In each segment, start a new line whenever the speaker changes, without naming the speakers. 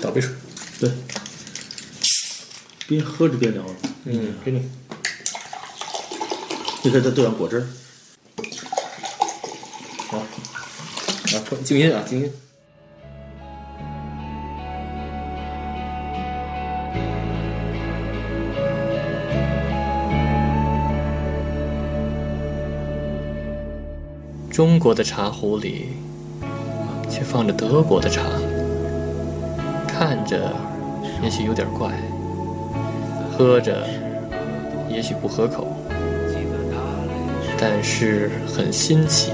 倒杯水。
对，边喝着边聊。
嗯，给你。
你可以再兑上果汁儿。
好，啊，静音啊，静音。中国的茶壶里，却放着德国的茶，看着也许有点怪，喝着也许不合口，但是很新奇，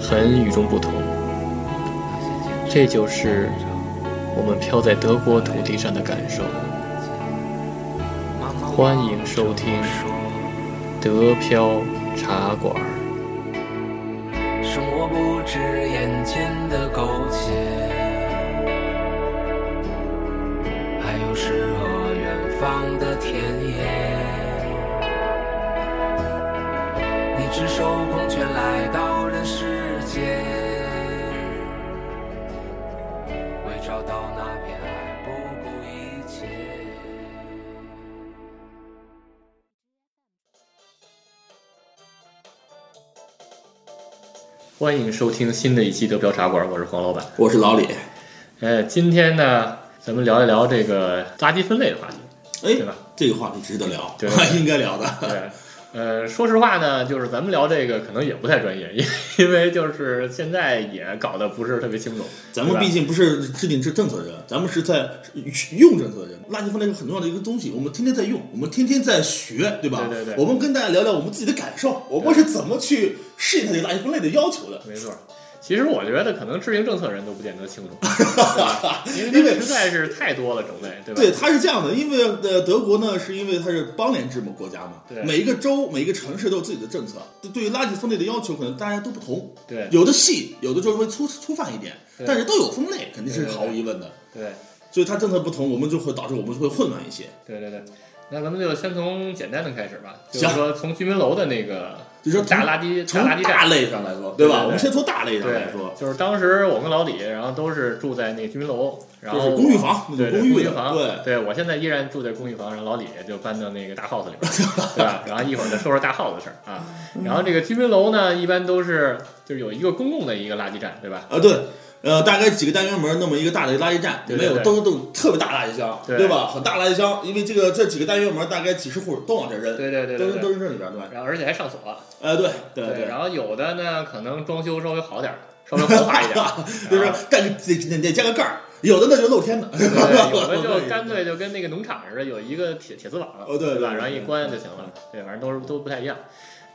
很与众不同。这就是我们飘在德国土地上的感受。欢迎收听德飘茶馆。
生活不止眼前的苟且，还有诗和远方的田野。你赤手空拳来到人世间，为找到那片爱不顾一切。
欢迎收听新的一期德标茶馆，我是黄老板。
我是老李。哎
呃，今天呢，咱们聊一聊这个垃圾分类的话题。
哎
对吧，
这个话题值得聊，
对
应该聊的。
对，呃，说实话呢，就是咱们聊这个可能也不太专业，因因为就是现在也搞得不是特别清楚。
咱们
对吧
毕竟不是制定这政策的人，咱们是在用政策的人。垃圾分类是很重要的一个东西，我们天天在用，我们天天在学，对吧？
对对对
我们跟大家聊聊我们自己的感受，我们是怎么去适应它这个垃圾分类的要求的。
没错，其实我觉得可能制定政策人都不见 得清楚，对吧因为
因
它
为
实在是太多了种类，对吧？
对，它是这样的，因为呃，德国呢，是因为它是邦联制嘛，国家嘛
对，
每一个州、每一个城市都有自己的政策，对对于垃圾分类的要求，可能大家都不同，
对
有的细，有的就是会粗粗放一点，
对
但是都有分类，肯定是
对对
毫无疑问的。
对
所以它政策不同，我们就会导致我们会混乱一些。
对对对。那咱们就先从简单的开始吧，就
行
是说从居民楼的那个
就是从
大垃圾
从
大垃圾
大
站。
类上来说，对
对对
吧？
对
我们先从大类上
对
来说，，
就是当时我跟老李，然后都是住在那个居民楼，然
就
后
是
我
公寓房，那
对
种
对，
寓
公寓
的，
房，
对，
我现在依然住在公寓房，然后老李就搬到那个大 house 里边儿，对吧？ 然后一会儿再说说大 house 的事儿啊。然后这个居民楼呢，一般都是就是有一个公共的一个垃圾站，对吧？
啊对。呃，大概几个单元门那么一个大的垃圾站，
对
没
对
有
对
都是这种特别大垃圾箱，
对
对吧？很大垃圾箱，因为这个这几个单元门大概几十户都往这扔，
对对对
都
对
是
对
都是这里边对吧？
然后而且还上锁，
呃，对对，
然后有的呢可能装修稍微好点儿，稍微豪华一点儿
就是
然
说
后
盖个得得得加个盖儿，有的那就露天的，
对对，有的 就干脆就跟那个农场似的，有一个铁铁丝网，
哦对对
吧？
对
然后一关就行了，对，反正都是都不太一样。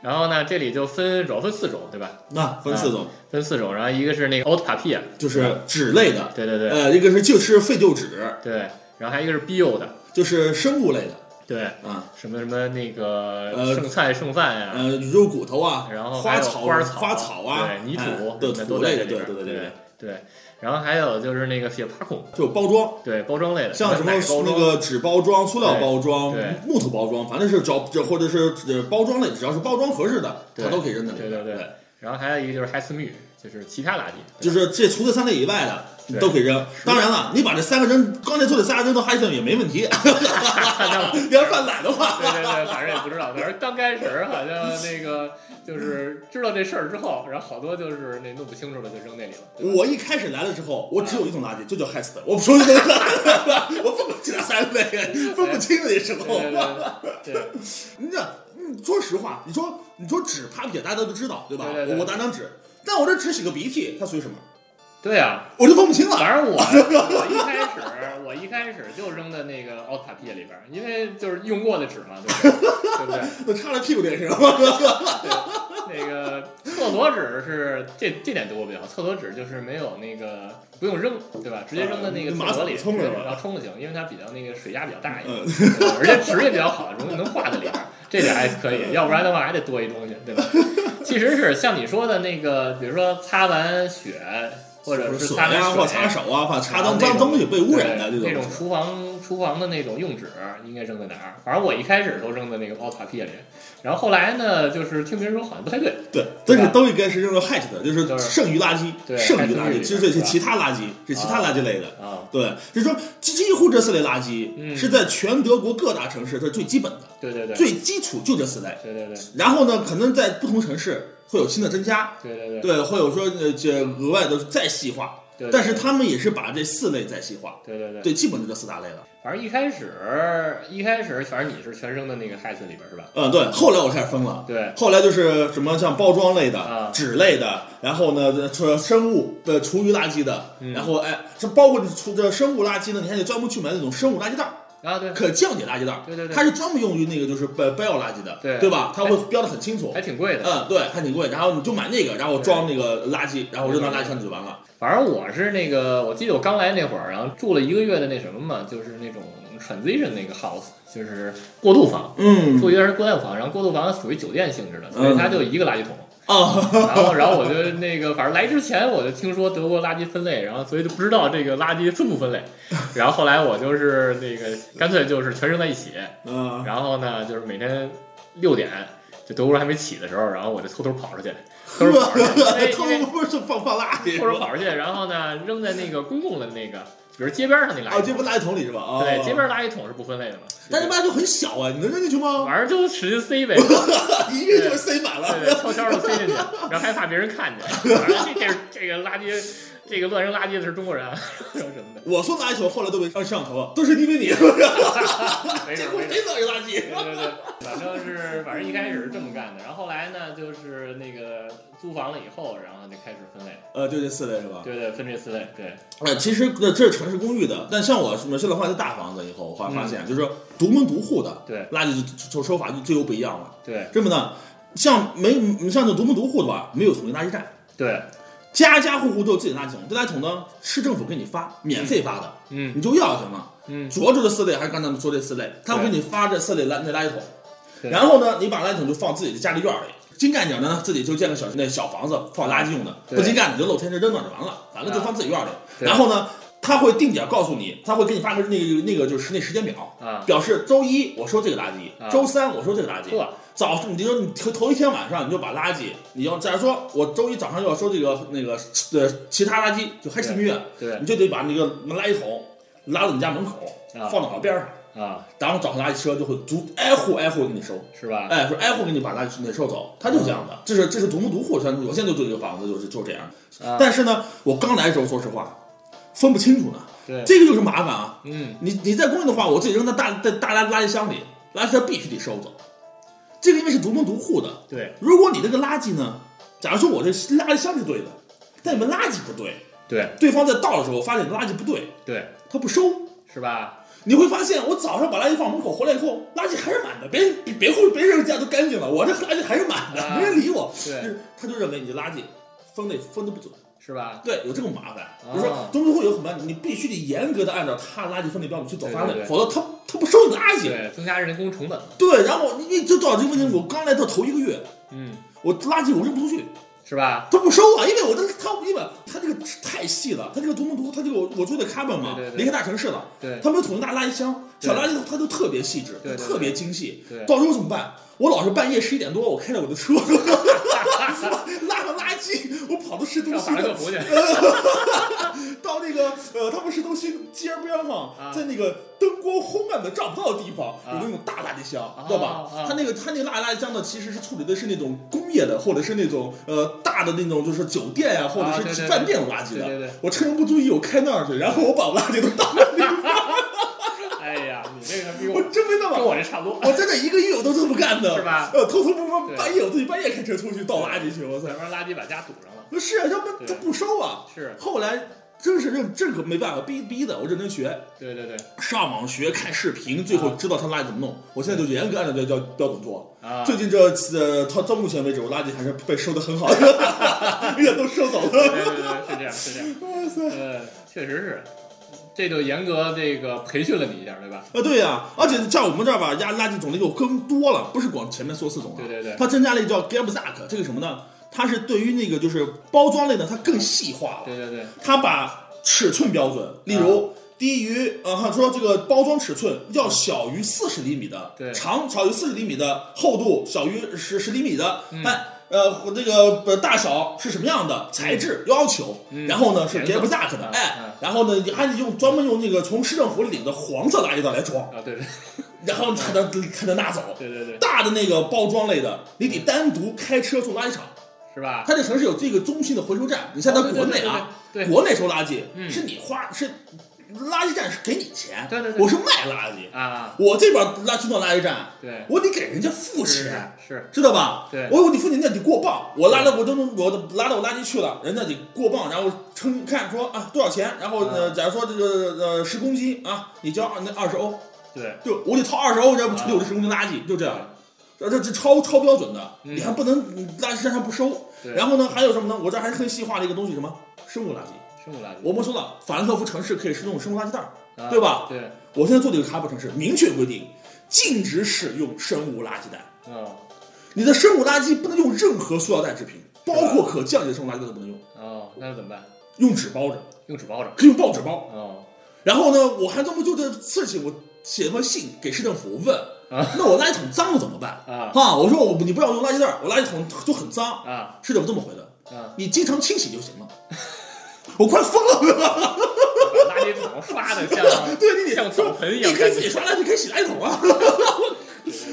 然后呢，这里就分主要分四种，对吧？
那分四种，
分四种，然后一个是那个 old papia，
就是纸类的，
啊对对对，
呃，一个是就是废旧纸，
对，然后还有一个是 bio 的，
就是生物类的
对，
啊，
什么什么那个
呃
剩菜剩饭呀、
呃，肉骨头啊，
然后
花
还有
草、
花
草、花草啊，
对，泥土
哎对
什么
土
的都在
类的，
这里
对
边儿
对对
对
对，
对然后还有就是那个 f i p a c o
就包装，
对，包装类的，
像什么
奶包
那
装，
个纸包装、塑料包装
对对、
木头包装，反正是只要这或者是呃包装类，只要是包装合适的，
对
它都可以扔在里
对
面。
对对然后还有一个就是 h e s m 就是其他垃圾，对
就是这除这三类以外的，你
对
都可以扔。当然了，你把这三个扔，刚才说的三个扔到海里也没问 题。你要犯懒的话，
对对对，反正也不知道，反正刚开始好像那个就是知道这事儿之后，然后好多就是那弄不清楚了就扔那里了，对吧
我一开始来的时候，我只有一桶垃圾，就叫害死的。我不说这个， 我分不清那三类，分不清的时候
对。对对对对。
你这，嗯，说实话，你说你说纸啪撇，大家都知道，对吧？
对对对
我我拿张纸，但我这纸擤个鼻涕，它属于什么？
对啊，
我就分不清了。
反正我我一开始我一开始就扔在那个奥塔皮里边儿，因为就是用过的纸嘛，对不对？对不对？
那插在屁股里是吧？
那个厕所纸是这这点德国比较好，厕所纸就是没有那个不用扔，对吧？直接扔在那个厕所
呃马桶
里
冲着吧
然后冲就行，因为它比较那个水压比较大一点，
嗯
对而且纸也比较好，容易能画在里边儿，这点还可以，要不然的话还得多一东西，对吧？其实是像你说的那个，比如说擦完雪或者是
水
擦点
啊，或者
水
擦手啊，把
然
茶
后
当
那
脏
种
东西被污染的
对
这
那
种
种。厨房厨房的那种用纸应该扔在哪儿？反正我一开始都扔在那个奥塔皮里，然后后来呢，就是听别人说好像不太对，
对，
对
但
吧
是都应该是扔到 hatch 的，就
就是是
剩余垃圾
对，
剩余
hatch
垃圾，
里边
其实对
是
是
吧
其他垃圾，是其他垃圾类的。
啊，
对，就是说几几乎这四类垃圾、
嗯
是在全德国各大城市它是最基本的、
对对对，
最基础，就这四类。
对对对
然后呢，可能在不同城市会有新的增加，
对对对
对，会有说呃这额外的再细化，
对
但是他们也是把这四类再细化，
对对对，
对，基本就这四大类了。
反正一开始一开始反正你是全扔到那个 h a 里边是吧？
嗯，对，后来我开始分了。
对
后来就是什么像包装类的、
啊
纸类的，然后呢，除生物的厨余垃圾的，
嗯
然后哎，这包括你除这生物垃圾呢，你还得专门去买那种生物垃圾袋儿，
啊对，
可降解垃圾袋儿，
对对对
它是专门用于那个就是标标垃圾的，
对
吧？它会标的很清楚
还。挺贵的，
嗯，对，还挺贵，然后你就买那个，然后装那个垃圾，然后扔到垃圾箱里就完了。
反正我是那个，我记得我刚来那会儿，然后住了一个月的那什么嘛，就是那种 transition 那个 house，就是过渡房，
嗯
住一段是过渡房，然后过渡房属于酒店性质的，所以它就一个垃圾 桶。
啊，
然后，然后我就那个，反正来之前我就听说德国垃圾分类，然后所以就不知道这个垃圾分不分类。然后后来我就是那个，干脆就是全扔在一起。
嗯，
然后呢，就是每天六点，就德国人还没起的时候，然后我就偷偷跑出去，偷偷跑出去，因为因为
偷不是放放垃圾是
或者
吧，
跑出去，然后呢扔在那个公共的那个，比如哦街边哦上那垃
啊，
圾
这
桶，
不垃圾桶里是吧？啊，
对，街边垃圾桶是不分类的嘛，
但是垃圾桶很小啊，你能扔进去吗？
反正就使劲 塞呗，
一个就是塞满
对
了。
对，悄悄的塞进去，然后害怕别人看见，反正这这是这个垃圾，这个乱扔垃圾的是中国人啊， 什么的，
我说垃圾桶后来都没上摄像头了，都是因为你，
没 事
这
儿
不
没事儿。
谁造的垃圾？
对对对，反正是反正一开始是这么干的，然后后来呢，就是那个租房了以后，然后就开始分类，
呃，就这四类是吧？
对对，分这四类，对，
呃，其实呃这是城市公寓的，但像我我现在换的大房子以后，我发发现就是独门独户的，
嗯对
垃圾收收法就就又不一样了。
对
这么呢，像没像这独门独户的吧，没有统一垃圾站，
对，
家家户户都有自己的垃圾桶，这垃圾桶呢，市政府给你发，免费发的，
嗯
你就要就行了。
嗯，
主要就是四类，还是刚才我们说这四类，他会给你发这四类垃那垃圾桶，
对
然后呢，你把垃圾桶就放自己的家里院儿里。精干点呢，自己就建个小那小房子放垃圾用的；
对
不精干，你就露天就扔那儿就完了，反正就放自己院儿里。
对
然后呢，他会定点告诉你，他会给你发个那个那个就是那时间表，
啊，
表示周一我收这个垃圾，
啊
周三我收这个垃圾。
呵，
早上你就说你头头一天晚上你就把垃圾，你要假如说我周一早上要收这个那个呃其他垃圾，就还是民月，
对
你就得把那个垃圾桶拉到你家门口，
啊
放到边上，
啊，
然后找垃圾车就会逐挨户挨户给你收，
是吧？
哎，说挨户给你把垃圾给收走，他就这样的，这是这是独门独户，像我现在就住这个房子就是就是这样。
啊
但是呢，我刚来的时候说实话分不清楚呢，
对，
这个就是麻烦啊。
嗯，
你你在公寓的话，我自己扔在大在大垃垃圾箱里，垃圾车必须得收走，这个因为是独门独户的，
对
如果你这个垃圾呢，假如说我这垃圾箱是对的，但你们垃圾不对，
对
对方在倒的时候发现你的垃圾不对，
对，
他不收，
是吧？
你会发现我早上把垃圾放门口回来以后，垃圾还是满的，别人别别户别人家都干净了，我这垃圾还是满的，
啊
没人理我，
对
就是他就认为你的垃圾分类分的不准，
是吧？
对，有这种麻烦，
啊
就是说中途会有很麻烦，你必须得严格的按照他垃圾分类标准去走发
对对
类，
对
否则他他不收你垃圾。
对，增加人工成本了。
对，然后你就导致这个问题，我刚来到头一个月，
嗯，
我垃圾我扔不出去，
是吧？
他不收啊，因为我这他因为他这个太细了，他这个独门独户，他这个我我住的 cabin 嘛
对对，对
离开大城市了，
对，
他没有统一大垃圾箱，
对
小垃圾桶他都特别细致，
对对对
特别精细。
对
到时候怎么办？我老是半夜十一点多，我开着我的车， 拉上垃圾，我跑到市中
上
心
法兰克
的，
福去。
到那个呃，他们市中心街边上，
啊
在那个灯光昏暗的照不到的地方，有
啊
那种大垃圾箱，
啊
知道吧
啊？
他那个他那大垃圾箱呢，其实是处理的是那种工业的，或者是那种呃大的那种就是酒店呀、或
啊
者
对对
是
对
饭店有垃圾
对对对
的。我趁人不注意，我开那儿去，然后我把我垃圾都倒那里，
哎呀，你这个比
我
我
真没那么
跟我这差不多。
我真的一个月我都这么干的，
是吧
呃，偷偷摸摸
对
半夜我自己半夜开车出去倒垃圾去，我操
要！不然垃圾把家堵上了。
不是，啊要不
对
他不收啊。
是，
后来真是认这可没办法，逼逼的，我认真学，
对对对，
上网学，看视频，最后
啊
知道他垃圾怎么弄。我现在就严格按照这标标准做。
啊，
最
对
近这次呃，到到目前为止，我垃圾还是被收的很好， 也都收走了。
对对，是这样，是这样。
哇塞！
呃，确实是，这就严格这个培训了你一下，对吧？
啊，对呀、而且在我们这儿吧，压垃圾种类就更多了，不是光前面说四种了。啊
对对对
它增加了一个叫 g a b z a c 这个什么呢？它是对于那个就是包装类的，它更细化了，
对对对，啊
它把尺寸标准，例
嗯
如。低于呃，他说这个包装尺寸要小于四十厘米的，
对
长小于四十厘米的，厚度小于十十厘米的，
嗯
但呃，这个呃大小是什么样的，材质要求，然后呢是
嗯颜色
gap duck 的，
嗯嗯
哎，然后呢你还得用专门用那个从市政府领的黄色垃圾袋来装，
啊对对
然后才能才能拿走。
对对对，
大的那个包装类的，你得单独开车送垃圾场。
是吧？
它这城市有这个中心的回收站，你像咱
哦对
国
对
内
对
啊，
对对
国内收垃圾
嗯
是你花是垃圾站是给你钱，
对对对
我是卖垃圾，
啊，
我这边垃圾到垃圾站，
对，
我得给人家付钱。
是是，
知道吧？
对
我有你付钱，那得过磅。我拉了，我都能，我都拉到我垃圾去了，人家得过磅，然后称看说啊多少钱，然后
嗯
呃，假如说这个呃十公斤啊，你交那二十欧，
对
就我得掏二十欧，要不
啊
处理我这十公斤垃圾，就这样。这这这超超标准的，
嗯
你还不能你垃圾站还不收。
对
然后呢，还有什么呢？我这还是很细化的一个东西，什么生物垃圾。
生物垃圾，
我们说了，法兰克福城市可以是用生物垃圾袋儿，
啊
对吧
对，
我现在做的一个哈佛城市明确规定，禁止使用生物垃圾袋。
哦
你的生物垃圾不能用任何塑料袋制品，包括可降解的生物垃圾袋都不能用，
哦，那怎么办？
用纸包着，
用纸包着，
可以用报纸包。
哦
然后呢，我还这么就这事情，我写封信给市政府问，
啊
那我垃圾桶脏了怎么办？
啊
啊，我说我你不要用垃圾袋儿，我垃圾桶就很脏。
啊
市政府这么回的，
啊，
你经常清洗就行了。我快疯了，
把垃圾桶刷的像
对你得
啊像澡盆一样
你可以
干
自己
净，
刷垃圾，可以洗垃圾桶 啊。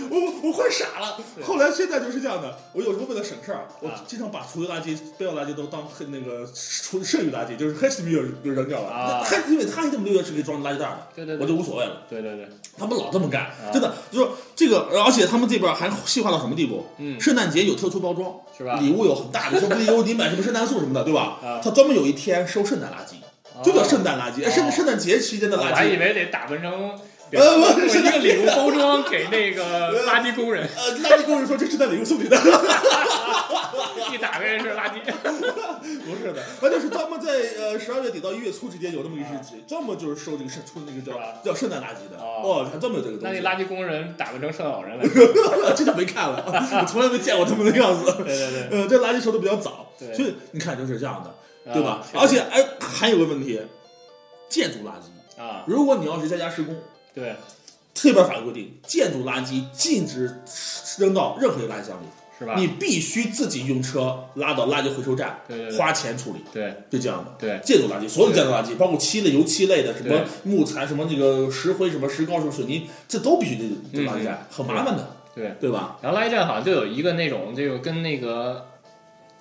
我我快傻了。后来现在就是这样的，我有时候为了省事儿，我
啊
经常把厨余垃圾、备料垃圾都当黑那个厨剩余垃圾，就是 h a s b 就扔掉了。
啊
它因为它这么六月是可以装垃圾袋的，
对对对
我就无所谓了。
对对对，
他们老这么干，
啊
真的就是这个，而且他们这边还细化到什么地步？
嗯
圣诞节有特殊包装，
是吧
礼物有很大的， 说不定有你买什么圣诞树什么的，对吧？
啊
他专门有一天收圣诞垃圾，就叫圣诞垃圾，哎圣、
哦
圣诞节期间的
我
垃
还以
圾。
为得打扮 成。给
呃不是
做一个礼物 包装给那个垃圾工人，
呃，垃圾工人说这是圣诞礼物送你的，
一打开是垃圾。
不是的，那就是他们在呃十二月底到一月初之间有那么一个日期，专门就是收这个圣出那个
啊是
叫
吧
叫圣诞垃圾的，
哦
哦，还专门有这个东
那
西
那。垃圾工人打扮成圣诞老人来着，
这就没看了， 我从来没见过他们的样子。
对对
呃，这垃圾收的比较早，
对
所以你看就是这样的，
啊
对吧？
是
而且哎，还有个问题，建筑垃圾，
对啊，
如果你要是在家施工，
对，
这边法律规定，建筑垃圾禁止扔到任何一个垃圾箱里，
是吧？
你必须自己用车拉到垃圾回收站，
对对对
花钱处理，
对
就这样的。
对
建筑垃圾，所有的建筑垃圾，包括漆类、油漆类的，什么
对
木材、什么那个石灰、什么石膏、什么水泥，这都必须得得垃圾站，很麻烦的，
嗯对。
对吧？
然后垃圾站好像就有一个那种，就是跟那个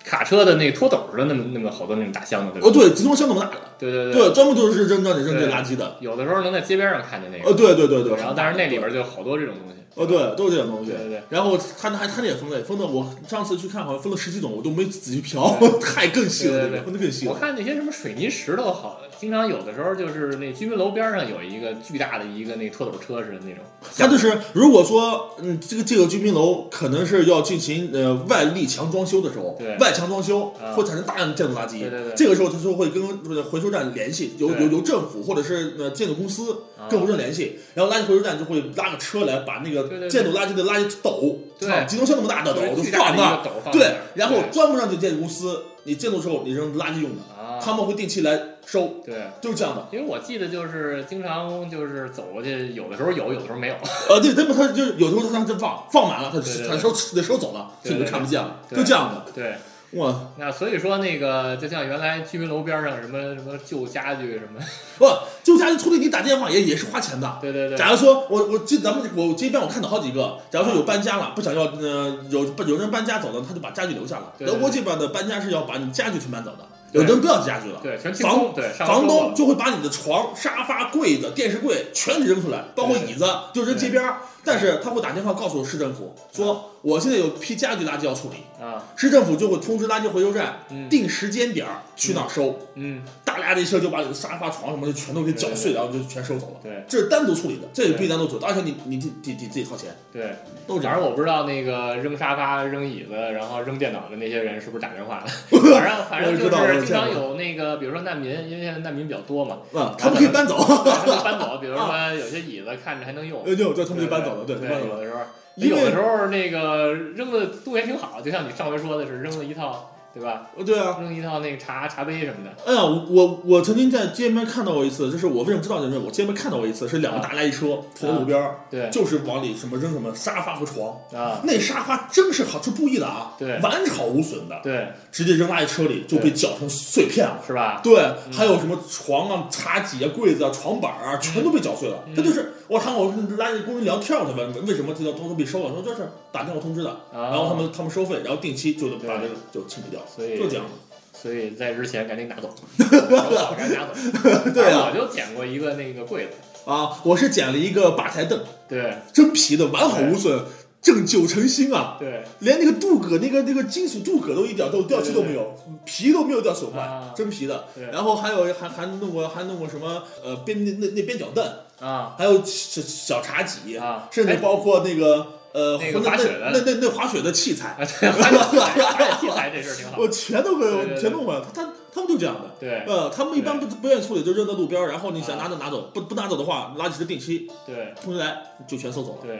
卡车的那个拖斗似的，那么那么好多那种大箱子，对吧
哦，？对，集装箱那么大的，
对对
对，专门就是扔让你扔这垃圾的。
有的时候能在街边上看见那
呃，
个，
对对对对，
然后但是那里边就有好多这种东西。
呃，对，都是这种东西。
对对对
然后他那还他那也分类，分的我上次去看好像分了十几种，我都没仔细瞟， 太更细了，
对
这
对
个
对
分的更细
我
了。
看那些什么水泥石头好，经常有的时候就是那居民楼边上有一个巨大的一个那拖斗车似的那种，
他就是如果说嗯，这个这个居民楼可能是要进行呃外力强装修的时候
对，
外墙装修
啊
会产生大量的建筑垃圾。
对对对
这个时候他就会跟呃回收站联系，由
对
由由政府或者是呃建筑公司
啊
跟回收站联系，然后垃圾回收站就会拉个车来把那
对
个
对对
建筑垃圾的垃圾斗，
对
啊集装箱那么大的斗
就是
就
巨大
放
的
那儿
一个斗放那
对
儿，
然后
对
专门让你建筑公司，你建筑时候你扔垃圾用的，
啊，
他们会定期来收，
对。
就是这样的。
因为我记得就是经常就是走过去，有的时候有，有的时候没有。
呃，对，他们他就是有时候他就放放满了，他
对对对
他收得收走了，
对
所
对
以
对
你就看不见了，
对
就这样的。
对，
哇，
那所以说那个就像原来居民楼边上什么什么旧家具什么，
哇，就家里处理你打电话也也是花钱的。
对对对，
假如说我我记咱们我这边我看到好几个，假如说有搬家了，不想要呃有有人搬家走了，他就把家具留下了。
对对
德国这边的搬家是要把你家具全搬走的，有
对
人不要家具了，
对，全清
房
空，对，上
房
回说过
东就会把你的床、沙发、柜子、电视柜全给扔出来，包括椅子，就扔街边儿。但是他会打电话告诉市政府，说我现在有批家具垃圾要处理，
了啊，
市政府就会通知垃圾回收站，
嗯
定时间点儿去那儿收。
嗯，
大垃圾车就把你的沙发、床什么的全都给搅碎，
对对对
然后就全收走了。
对
这是单独处理的，这也必须
对
单独处理，而且你你得得得自己掏钱，
对。
都是这
反
样。
正我不知道那个扔沙发、扔椅子，然后扔电脑的那些人是不是打电话的。 反正反正
我知道我
就是
知道
经常有那个，比如说难民，因为现在难民比较多嘛，
啊，他们可以搬走，
他们搬走，比如说有些椅子看着还能用，
呃，就就他们就搬走的，对，
对，
乱的
有
了。
的时候，
因
有
为
的时候那个扔的度也挺好，就像你上回说的是扔了一套，对吧？
呃对啊，
扔一套那个茶茶杯什么的，
哎呀，我我我曾经在街边看到过一次，就是我为什么知道这事？我街边看到过一次，是两个大垃圾车停在路边儿，
啊对
就是往里什么扔什么沙发和床。
啊，
那沙发真是好，是故意的啊，
对
完好无损的，
对，
直接扔垃圾车里就被搅成碎片了。
是吧？
对，还有什么床啊、茶几啊、柜子啊、床板啊，全都被搅碎了。
嗯
他就是我看我跟垃圾工人聊天，我就问为什么这都都被收了，说这是打电话通知的，然后他们他们收费，然后定期就得把这个就清理掉，
啊所以
就这样。
所以在之前赶紧 拿走，好赶紧拿走。
对啊
我就捡过一个那个柜子，
啊，我是捡了一个吧台凳，
对
真皮的，完好无损，正九成新啊，
对
连那个镀铬、那个那个金属镀铬都一点都掉漆都没有，皮都没有掉损坏，
啊
真皮的。
对
然后还有还还弄过还弄过什么呃边那那那边角凳，
啊，
还有小小茶几
啊
甚至
哎
包括那个呃
那个
那
滑雪的
那那那滑雪的器材，
啊对， 还有 还有器材这事儿挺好
我，全都给
对对
我
对
全弄过来，他他他们就这样的。
对
呃，他们一般不不愿意处理，就扔到路边儿，然后你想
啊
拿走拿走，不不拿走的话，垃圾车定期
对
通知来就全收走了。
对。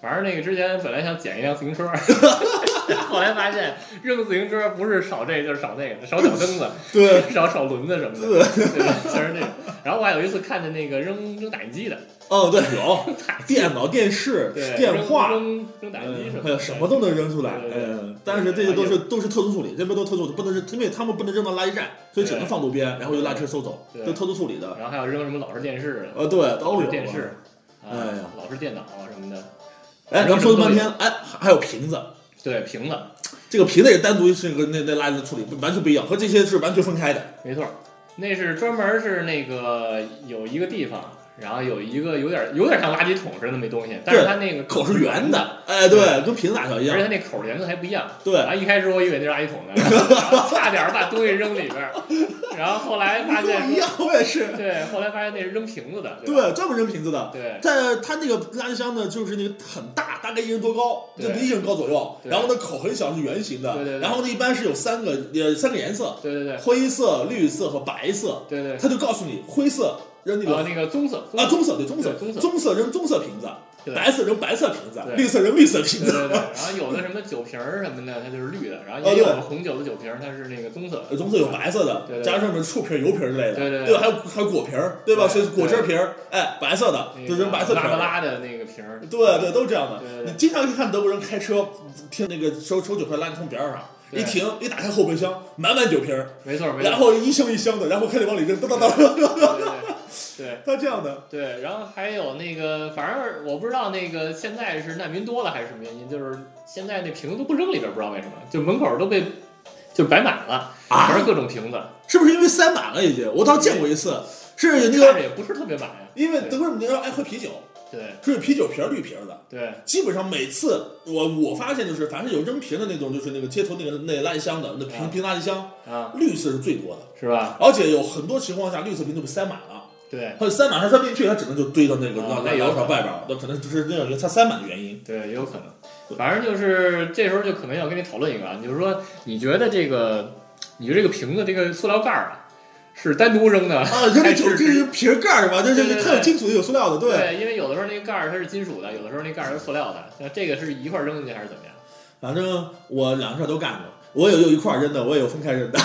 反正那个之前本来想捡一辆自行车， 后来发现扔自行车不是少这就是少那个，少脚蹬子，
对，
少少轮子什么的，对，全是这个。然后我还有一次看见那个扔扔打印机的，
哦， 对，有
打印机
电脑、电视、
对
电话，嗯
扔扔扔打印机什么
还有
的，
什么都能扔出来。
对对对
嗯，但是这些都是都是特殊处理，这边都特殊，不能是因为他们不能扔到垃圾站，所以只能
对
放路边，然后就拉车收走，
对
都特殊处理的。
然后还有扔什么老式电视、
呃，对，
老
都
式
有
电视，啊
哎呀，
老式电脑啊什么的，
哎，咱们说了半天，哎，还还有瓶子，
对，瓶子，
这个瓶子也单独是个那那垃圾的处理，完全不一样，和这些是完全分开的。
没错儿，那是专门儿是那个有一个地方，然后有一个有点儿有点儿像垃圾桶似的那么一东西，但是它那个
口是圆，的，哎，对，跟瓶子大小一
而且
样，
它那口儿颜色还不一样。
对
然，后一开始我以为那是垃圾桶呢，然后差点儿把东西扔里边儿，然后后来发
跟我
现
一
说
样，我也是，
对，后来发现那是扔瓶子的，对吧
对，专门扔瓶子的。
对
在它那个垃圾箱呢，就是那个很大，大概一人多高，就
对
一人高左右。
对
然后呢，口很小，是圆形的。
对对对
然后呢，一般是有三个呃三个颜色，
对对对
灰色、绿色和白色。
对对，
它就告诉你，灰色扔那
然后
个
那个棕色
啊棕色对棕色
对棕色
棕色扔棕色瓶子，
对
白色扔白色瓶子，
对
绿色扔绿色瓶
对
子。
对对，然后有的什么酒瓶儿什么的，它就是绿的，然后
哦
也有
对
红酒的酒瓶儿，它是那个棕色的，
有呃棕色有白色
对
的，
对
加上什么树皮儿、油皮儿之类的，
对对对
对吧，还有还有果皮儿，对吧？所
对
以果汁儿皮儿，哎，白色的
那
就
个
扔白色
拉
瓶
布
儿，
拉的那个瓶儿，
对对，都是这样的
对。对对
你经常看德国人开车停那个手手酒瓶垃圾桶边儿上，
对
一停一打开后备箱，满满酒瓶儿，
没错没错
然，后一箱一箱的，然后开始往里扔，当当当，
对对对对
他这样的。
对，然后还有那个，反正我不知道那个现在是难民多了还是什么原因，就是现在那瓶子都不扔里边，不知道为什么，就门口都被就摆满了，
啊
全是各种瓶子，
是不是因为塞满了已经？我倒见过一次，是那
看
个
着也不是特别满呀。
因为德国人比较爱喝啤酒，
对
所以啤酒瓶儿绿瓶儿的。
对
基本上每次我我发现就是，凡是有扔瓶的那种，就是那个街头那个那垃圾箱的那
啊
瓶瓶垃圾箱，
啊，
绿色是最多的，
是吧？
而且有很多情况下绿色瓶都被塞满了，
对
它塞满它塞不进去，它只能就堆到那个
啊
垃
那
垃圾
有可
场
能
外边儿，那可能就是那种它塞满的原因。
对，也有可能。反正就是这时候就可能要跟你讨论一个啊，就是说你觉得这个，你觉得这个瓶子这个塑料盖儿啊，是单独扔的
啊，扔那
还
酒
是
这是瓶儿盖儿是吧？这
对
这
对对
它有金属的，有塑料的，对。
对，因为有的时候那个盖儿它是金属的，有的时候那盖儿是塑料的，那这个是一块儿扔进去还是怎么 样？
反正我两个事儿都干过，我也有一块儿扔的，我也有分开扔的。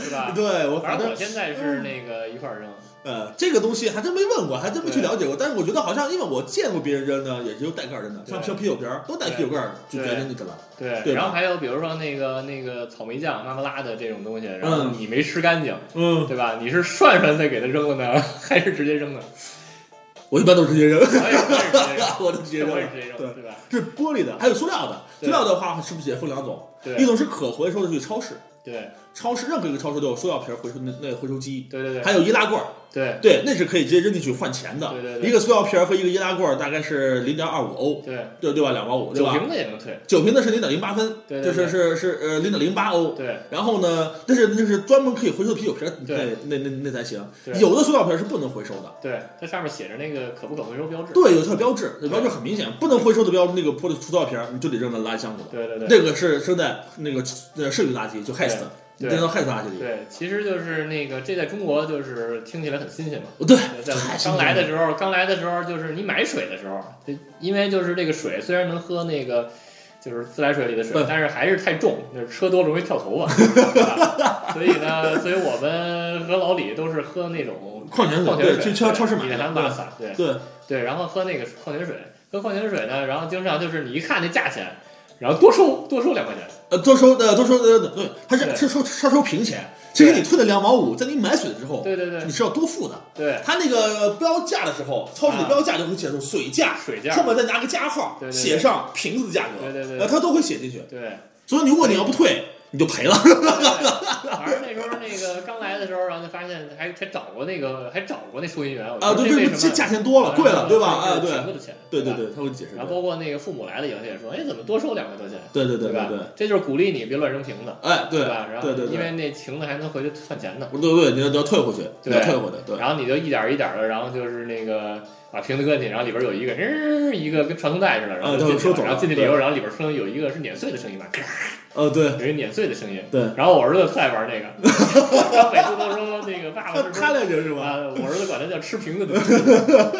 是吧？
对我
反
反
正我
正
现在是那个一块儿扔，
呃，这个东西还真没问过，还真没去
对
了解过。但是我觉得好像，因为我见过别人扔的，也只有带盖儿扔的，
对
像啤啤酒瓶儿都带啤酒盖儿的，就
对
直接扔进去了。
对
对吧
然后还有比如说那个那个草莓酱、妈妈拉的这种东西，然后
嗯
你没吃干净，
嗯，
对吧？你是涮涮再给它扔了呢， 还是直接扔呢？
我一般都是直接扔，
我也是直接扔
我都直接
这
扔
我也
了
是。直接扔，
对
对吧？
是玻璃的，还有塑料的。
对
塑料的话，是不是也分两种？
对
一种是可回收的，去超市，
对
超市任何一个超市都有塑料瓶儿回收那那回收机，
对对
还
对
有易拉罐儿，
对
对，那是可以直接扔进去换钱的。
对对对
一个塑料瓶儿和一个易拉罐儿大概是零点二五欧，
对，
对对吧？两毛五，对
酒
吧？
瓶子也能退，
酒瓶的是零点零八分，
对对
就
对
是是是呃零点零八欧，
对
然后呢，但是那是专门可以回收的啤酒瓶儿，那
对
那那那才行。
对
有的塑料瓶儿是不能回收的，
对，它上面写着那个可不可回收标志，
对，有它的标志，那标志很明显，不能回收的标那个玻璃塑料瓶儿，你就得扔到垃圾箱里了。
对对对
那个是扔在那个呃剩余垃圾，就 h e s t 你真能害死阿基里。
对，其实就是那个，这在中国就是听起来很新鲜嘛。
对，
在我们
太新鲜
刚来的
了
时候，刚来的时候就是你买水的时候，对因为就是这个水虽然能喝那个就是自来水里的水
对，
但是还是太重，就是喝多了容易跳头发对 吧。所以呢，所以我们和老李都是喝那种
矿泉水
矿泉
对去
水，
超超市买
米
的
兰
对
巴萨，对
对，
对，然后喝那个矿泉水，喝矿泉水呢，然后经常就是你一看那价钱，然后多收多收两块钱，
呃，多收呃多收呃对，他是
对
是收他收平钱。其实
对
你退了两毛五，在你买水之后，
对对对
你是要多付的。
对，
他那个标价的时候，超市的
啊
标价就会写出水价，
水价
后面再拿个加号，
对对对
写上瓶子的价格，
对对对对
呃，他都会写进去。
对。
所以如果你要不退，你就赔 了。
对反正那时候那个刚来的时候，然后就发现还还找过那个还找过那收银员我
啊，对
为
对，
什
这
么
价钱多了，贵了，对吧？哎，
哎，
对，
全部的钱，
对对对
对吧。，
他会解释的
然。后包括那个父母来的有些也说，哎，怎么多收两块多钱？
对对对
吧
对，？
这就是鼓励你别乱扔瓶子，
哎，对
吧？然后
对对，对
因为那瓶子还能回去换钱呢。
对对，你要你要退回去，你
对
要退回去，对
然后你就一点儿一点的，然后就是那个把瓶子搁进去，然后里边有一个日一个跟传送带似的，然后
啊
就进去
收走
了，
了
然后进去以后，然后里边声有一个是碾碎的声音吧，咔
呃，对
有一个碾碎的声音。
对，
然后我儿子特爱玩那个，然后每次都说那个爸爸
他
是不是
他来着是吧？
啊，我儿子管他叫吃 瓶子的，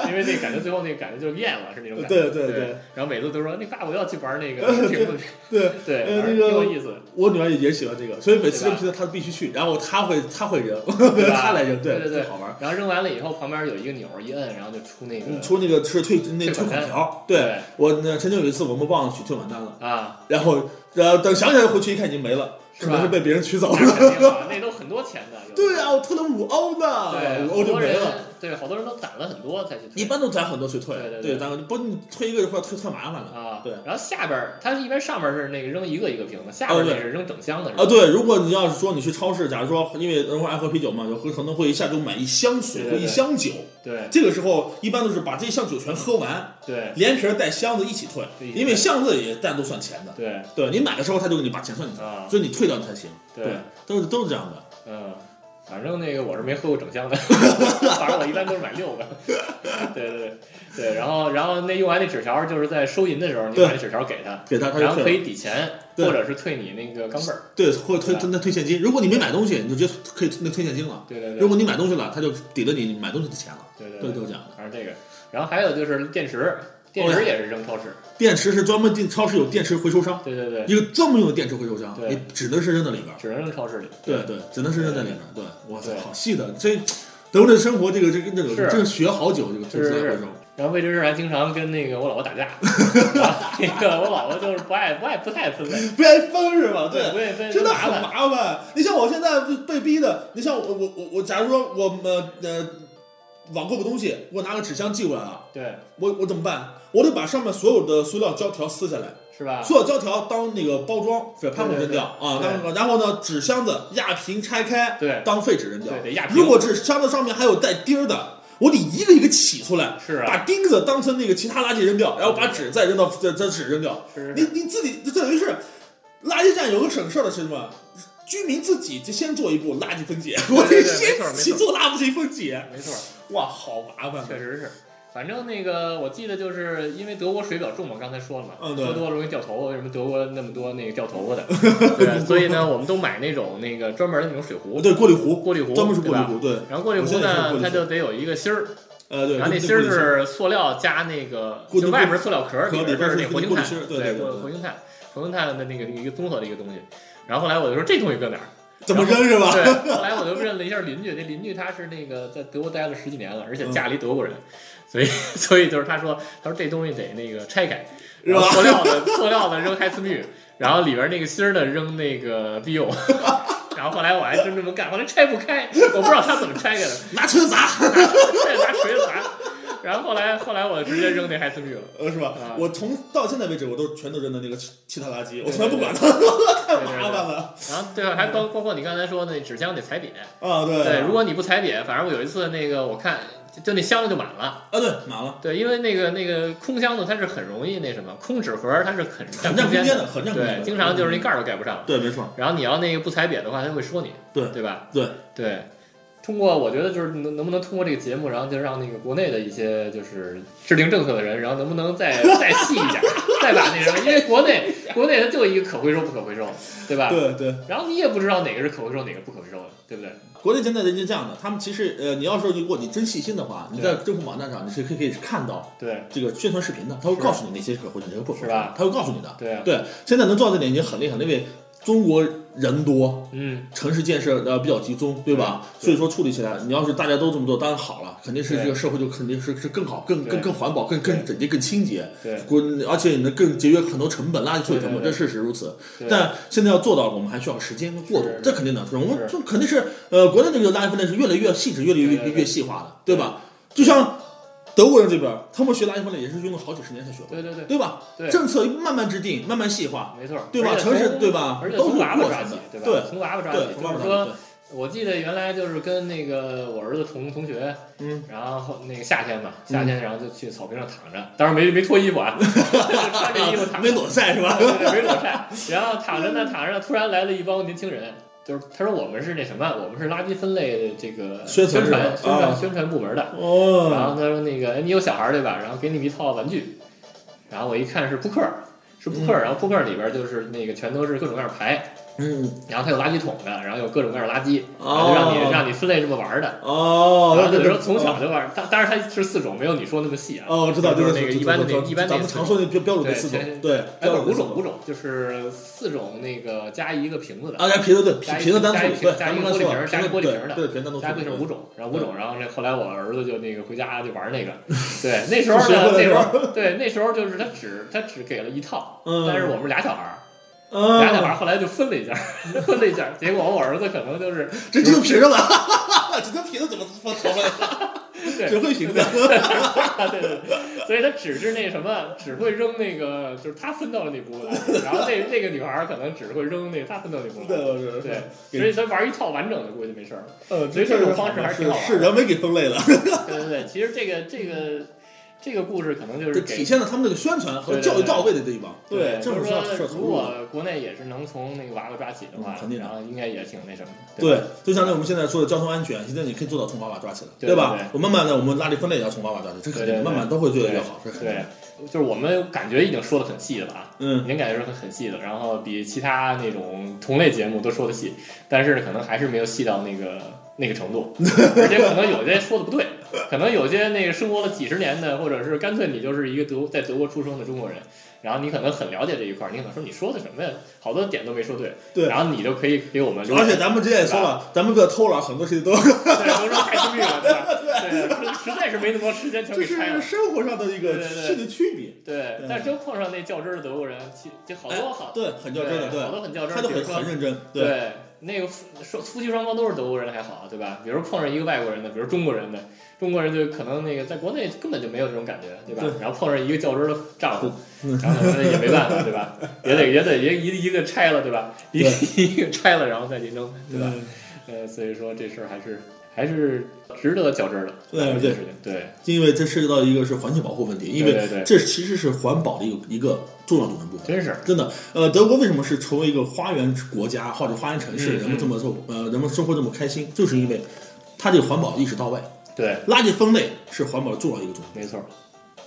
因为那感觉最后那感觉就是咽了，是那种感觉。
对对
对
对，
然后每次都说那爸，我要去玩那 个吃瓶子，
对，
对，
呃
反正
那个
挺有意思，
我女儿也也喜欢这个，所以每次这
对吧
比赛她必须去，然后她会她会扔，
对 吧
她来扔，
对对对
最好玩。
然后扔完了以后，旁边有一个钮儿一摁，然后就出那
你
个
嗯出那个是退那
退
退
款
款
单
条，
对
我那曾经有一次我们忘了取退款单了，
啊，
然后呃等想起来回去一看已经没了，
是
可
吧
能是被别人取走
那
了。
肯定啊，那都很多钱的。有的
对啊，我退了五欧呢，
对，
五
好
欧就
多
没
人
了。
对好多人都攒了很多才去退。
一般都攒很多去退，
对对对
对，咱不你退一个或退太麻烦了
啊，
对
然后下边儿它是一般上边儿是那个扔一个一个瓶子，下
哦
边儿
对
那是扔整箱的是吧
啊。对，如果你要是说你去超市，假如说因为人会爱喝啤酒嘛，有会可能会一下就买一箱水
对对
或
对
一箱酒，
对
这个时候一般都是把这一箱酒全喝完，
对
连瓶儿带箱子一起退，
对
因为箱子也单独算钱的。
对
对你买的时候，他就给你把钱算进去，
啊，
所以你退掉才行。
对
对，都是都是这样的。
嗯，反正那个我是没喝过整箱的，反正我一般都是买六个。对对对对，然后然后那用完那纸条，就是在收银的时候，你
对
把那纸条给他，
给他，他就
然后可
退了。
以抵钱，
对
或者是退你那个钢镚儿。
对，或者退
对吧
真的退现金。如果你没买东西，你就直接可以那退现金了。
对对
如
对
果你买东西了，他就抵了你买东西的钱了。
对
对，
对
都，是这样的。
反正这个，然后还有就是电池，
哦
电池也是扔超市。
电池是专门进超市有电池回收商，
对对对，
一个专门用的电池回收商，
对
你只能是扔在里边儿。
只能扔超市里。
对对，只能是扔在里边儿。对，哇塞，
对
好细的这。德国这生活，这个这个这个
是
这个学好久，这个这
是
个
是
回
是
收，
然后为这事儿还经常跟那个我老婆 打架，然后那个我老婆就是不爱不爱不太爱分类，
不爱分是吧？
不愿意分类
真的
麻
很
烦。
麻烦。你像我现在被逼的，你像我我我我，假如说我们呃网购个东西，我拿个纸箱寄过来啊了，
对，
我我怎么办？我得把上面所有的塑料胶条撕下来，
是吧？
塑料胶条当那个包装废
啊对
泡沫
对
扔掉啊，当然后呢，纸箱子压平拆开，
对
当废纸扔掉
对，。得压平。
如果纸箱子上面还有带钉儿的。我得一个一个起出来，
是啊
把钉子当成那个其他垃圾扔掉，然后把纸再扔到再再纸扔掉，
是
你你自己这等于是垃圾站有个省事儿的是什么？居民自己就先做一步垃圾分解，我得
对对没
先
错儿没
自己
错儿
做垃圾分解，
没错儿。
哇，好麻烦啊
确实是，反正那个我记得就是因为德国水比较重嘛，刚才说了嘛，
嗯对
喝多了容易掉头发，为什么德国那么多那个掉头 发的？对，所以呢，我们都买那种那个专门的那种水壶
我，哦对，过滤壶，
过滤壶，
专门是
对
过滤
吧
壶，对，
然后过滤
我
壶
现在也是过
呢，
滤
它
壶
就得有一个芯儿，
呃对，
然后那
过
芯儿
过滤芯
是塑料加那个，
过
就外面是塑料壳，
壳
里边
里边
是
是
那
那
活性
过滤
炭
芯儿，对
对
对对
活活性炭，活性炭的那个一个综合的一个东西。然后后来我就说这东西搁哪儿？
怎么扔 是吧？
对，后来我就问了一下邻居，那邻居他是那个在德国待了十几年了，而且嫁了一德国人，所以 所以就是他说，他说这东西得那个拆开，
是
然后
吧
塑料的塑料的扔海丝蜜，然后里边那个芯儿的扔那个 BO，然 后后来我还真这么干，后来拆不开，我不知道他怎么拆开的，
拿锤子砸，
再拿锤子砸，然后后来后来我直接扔那海丝蜜了，
呃，是吧
啊？
我从到现在为止，我都全都扔到那个其其他垃圾，我从来
对对
不管它， 太
对对
麻烦了
然后对吧，还包包括你刚才说那纸箱得踩扁，
啊！对
对，
啊
如果你不踩扁，反正我有一次那个我看就就那箱子就满了。
啊对，满了，
对，因为那个那个空箱子它是很容易那什么，空纸盒它是
很占哎
很占空
空
间
间的，很占空间
对，
的，嗯
经常就是那盖儿都盖不上。
对，没错，
然后你要那个不踩扁的话，它会说你，
对
对吧？
对
对，通过我觉得就是能能不能通过这个节目，然后就让那个国内的一些就是制定政策的人，然后能不能再 再细一下，再把那什么，因为国内国内它就一个可回收不可回收，对吧？
对对，
然后你也不知道哪个是可回收，哪个不可回收的，对不对？
国内现在人家这样的，他们其实呃，你要是如果你真细心的话，你在政府网站上你是可以可以看到
对
这个宣传视频的，他会
是
告诉你哪些可回去，哪些不可回
是吧
他会告诉你的。
对啊，
对，现在能做到这点已经很厉害了，因为中国人多，
嗯，
城市建设呃比较集中，对吧？
对
所以说处理起来，你要是大家都这么做，当然好了，肯定是这个社会就肯定是是更好、更更
对
更环保、更更
对
整洁、更清洁。
对
国，而且你能更节约很多成本，垃圾处理成本，
对对对
这事实如此。
对
但现在要做到，我们还需要时间和过渡
是，
这肯定的。我们
是
这肯定是呃，国内这个垃圾分类是越来越细致，越来越
对对
越
对
越细化的，对吧？就像德国人这边，他们学垃圾分类也是用了好几十年才学会，
对对对，
对吧？
对
政策慢慢制定，慢慢细化，
啊没错，
对吧？
而且
城市
从
对吧
而？且
都是
从
有
娃娃
过
抓
程
起
的，，
对吧？
对
从娃娃抓起，
对，从
就
慢
是
慢
说
对，
我记得原来就是跟那个我儿子同同学，
嗯，
然后那个夏天嘛，夏天然后就去草坪上躺着，当然没没脱衣 服啊，就是穿着衣服躺着，
啊没裸晒是 吧？
对，对没裸晒，然后躺着呢躺着呢，突然来了一帮年轻人，就是他说我们是那什么，我们是垃圾分类这个
宣传
传
是吧
宣传、
啊
宣传部门的，然
哦，
后他说那个，哎，你有小孩儿对吧？然后给你们一套玩具，然后我一看是扑克儿，是扑克儿，然后扑克儿里边儿就是那个全都是各种各样的牌，
嗯，
然后它有垃圾桶的，然后有各种各样的垃圾，然后就让你
哦，
让你分类这么玩儿的。
哦，
然后
对对
啊就是
对
说从小就玩儿，当当然它是四种，没有你说那么细啊。
哦，我知道，
就是
对
那个
对
一般的那
对对
一般那
咱们
四
常说那标标准那四种
对前，
对，
哎，
标
不
准
是
那
五
四
种五种，就是四种那个加一个瓶子的，
啊，加瓶子对，瓶
加一
瓶子单
加
数
一瓶
对，
加
咱
一
们
个
刚
玻璃
说
瓶儿加一个
瓶
玻璃
子
瓶儿的
对对，全单独
加贵是五种，然后五种，然后这后来我儿子就那个回家就玩 那个，对，那时候
学
呢，
会了
那
是
时
吧
候对那时候就是他只他只给了一套，
嗯
但是我们俩小孩儿，俩小孩
啊，
儿 后来就分了一下，分了一下，结果我儿子可 能就是
这只有瓶 子了，只能瓶子怎么放头了？
对
只会瓶子，
对对对，所以他只是那什么，只会扔那个，就是他分到了那锅来，然后那那个女孩儿可能只会扔那个他分到那锅
对
来，
我是
对，
给
所以他玩一套完整的估计没事儿。
呃，
所以这种方式还是
是
挺好玩的
是人为给分类了，
对对对，其实这个这个这个故事可能就
这
是给
体现了他们这个宣传和
对对
教育
对
到位的地方，
对，
这
就
种
是
是要是要
说，
投
如
入的。
果国内也是能从那个娃娃抓起的话
嗯，肯定的
然后应该也挺那什么的。
对
吧，
就像那我们现在说的交通安全，现在你可以做到从娃娃抓起来，
对对
吧
对？
我慢慢的，我们垃圾分类也要从娃娃抓起，这肯定
对对
的，
对
慢慢都会越来越好，这肯定
对
的。，
就是我们感觉已经说的很细了吧？已
嗯，
经感觉说的很细了，然后比其他那种同类节目都说的细，但是可能还是没有细到那个那个程度，而且可能有些说的不对，可能有些那个生活了几十年的，或者是干脆你就是一个德在德国出生的中国人，然后你可能很了解这一块儿，你可能说你说的什么呀，好多点都没说对，
对
然后你就可以给我们留言，
而且咱们之前也说了，咱们这偷懒很多事情都
对，都说太生病了，对吧？对，实在是没那么多时间全
这
给拆
是
了。
生活上的一
对
个
对对
事情区别。
对，但是真碰上那较真儿的德国人，其就好
哎
多好，
对，很较真的，
好
对，
多很较真儿，
他就
比
很
如说
很认真，对。
对，那个夫说夫妻双方都是德国人还好，对吧？比如碰上一个外国人的，比如中国人的，中国人就可能那个在国内根本就没有这种感觉，对吧？
对嗯
然后碰上一个较真儿的丈夫，然后那也没办法，对吧？也得也得也一一个拆了，对吧？一个 一个拆了，然后再去扔，对
嗯
吧？呃，所以说这事儿还是还是值得较真儿的，
对
这
对
件事情，对
因为这涉及到一个是环境保护问题，因
对
为
对对
这其实是环保的一个一个重要组成部分。
真是
真的，呃，德国为什么是成为一个花园国家或者花园城市，
嗯
人们这么做，呃，人们生活这么开心，就是因为它这个环保意识到位，
对，
垃圾分类是环保的重要一个重要，
没错儿。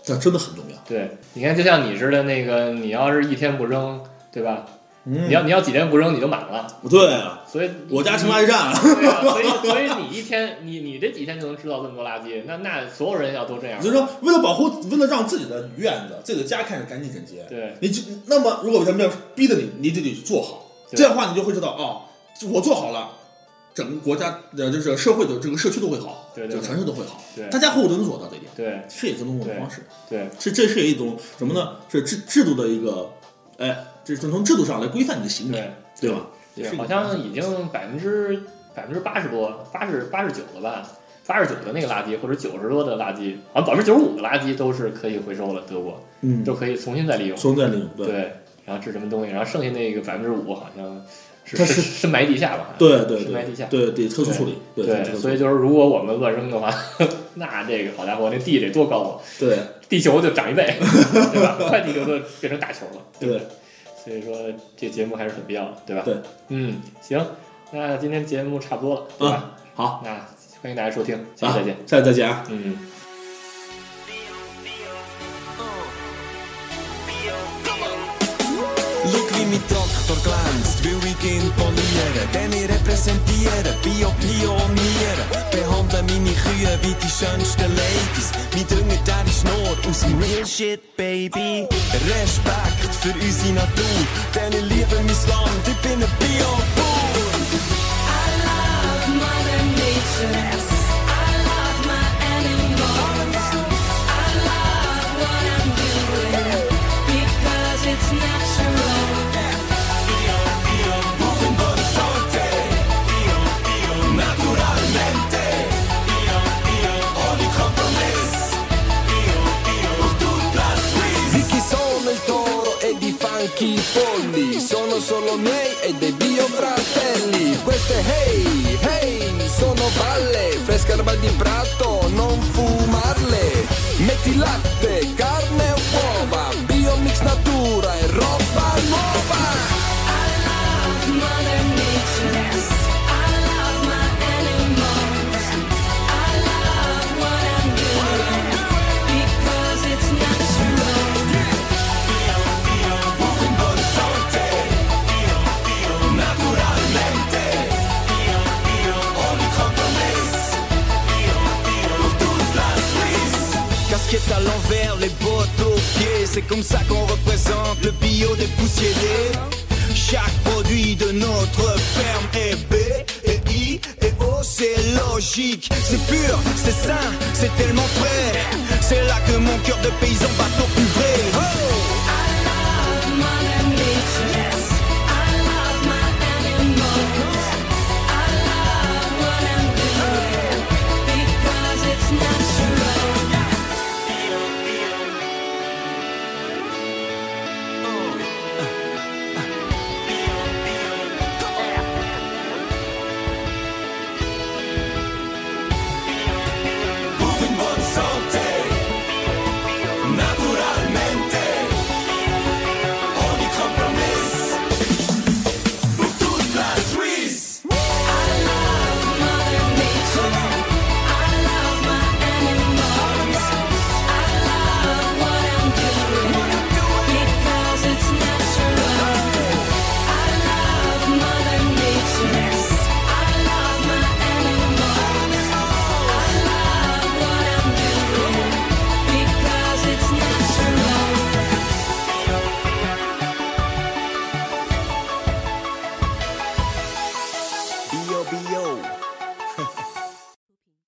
这真的很重要。
对，你看，就像你似的，那个你要是一天不扔，对吧？
嗯
你要你要几天不扔，你就满了。
对啊，
所以
我家
你
成垃圾站了，
对啊，所以所以你一天你你这几天就能制造这么多垃圾，那那所有人要都这样，
所以说为了保护，为了让自己的院子、自己的家看着干净整洁，
对
你就那么，如果人们要逼着你，你就得做好。
对
这样的话，你就会知道哦，我做好了，整个国家呃，就是社会的这个社区都会好，
对对对
整个城市都会好，
对
大家互能做到这一点，
对
这也是种方式。
对
这这是一种什么呢？是制制度的一个，哎，这是从制度上来规范你的行为，
对
对吧？也是
对，
一个
好像已经百分之百分之八十多，八十八十九了吧？八十九的那个垃圾或者九十多的垃圾，好像百分之九十五的垃圾都是可以回收了，德国
嗯，
都可以重新再利用。
存在利用，对
对，然后是什么东西？然后剩下那个百分之五好像是
它
是
是
深埋地下吧？
对对
深埋地
对
下。
对对，特殊处理，对
对，
特殊处
所
理
以就是如果我们乱扔的话， 那这个好家伙，那地得多高啊！
对
地球就长一倍， 对吧？快地球就变成大球了，对不
对
对？所以说这节目还是很必要的，对吧？
对，
嗯，行，那今天节目差不多了，对吧？
啊好，
那欢迎大家收听，下期再见。
啊，下次再见啊。
嗯。
Look wie mijn tractor glänzt, will ich ihn polieren. Denn ich repräsentiere Bio-Pioniere. Behandle meine Kühe wie die schönsten Ladies. Mein Dünger, der ist nur aus dem Real Shit, Baby. Respekt für unsere Natur, denn ich liebe mein Land, ich bin ein Bio-Bauer.
I love Mother Nature. I love my animals. I love what I'm doing because it's natural.
Vicky sono il toro ed i funky polli Sono solo miei e dei bio fratelli Queste hey, hey, sono palle Fresca erba di prato, non fumarle Metti latte, carne e uova Bio mix natura e roba nuova
I love Mother Nature. I love my animals. I love what I'm doing because it's natural.
Casquette à l'envers, les bottes aux pieds, c'est comme ça qu'on représente le bio des poussiérés. Chaque produit de notre ferme est B et I et O, c'est logique, c'est pur, c'est sain, c'est tellement frais. C'est là que mon cœur de paysan bat au plus vrai. Oh
I love Mother Nature.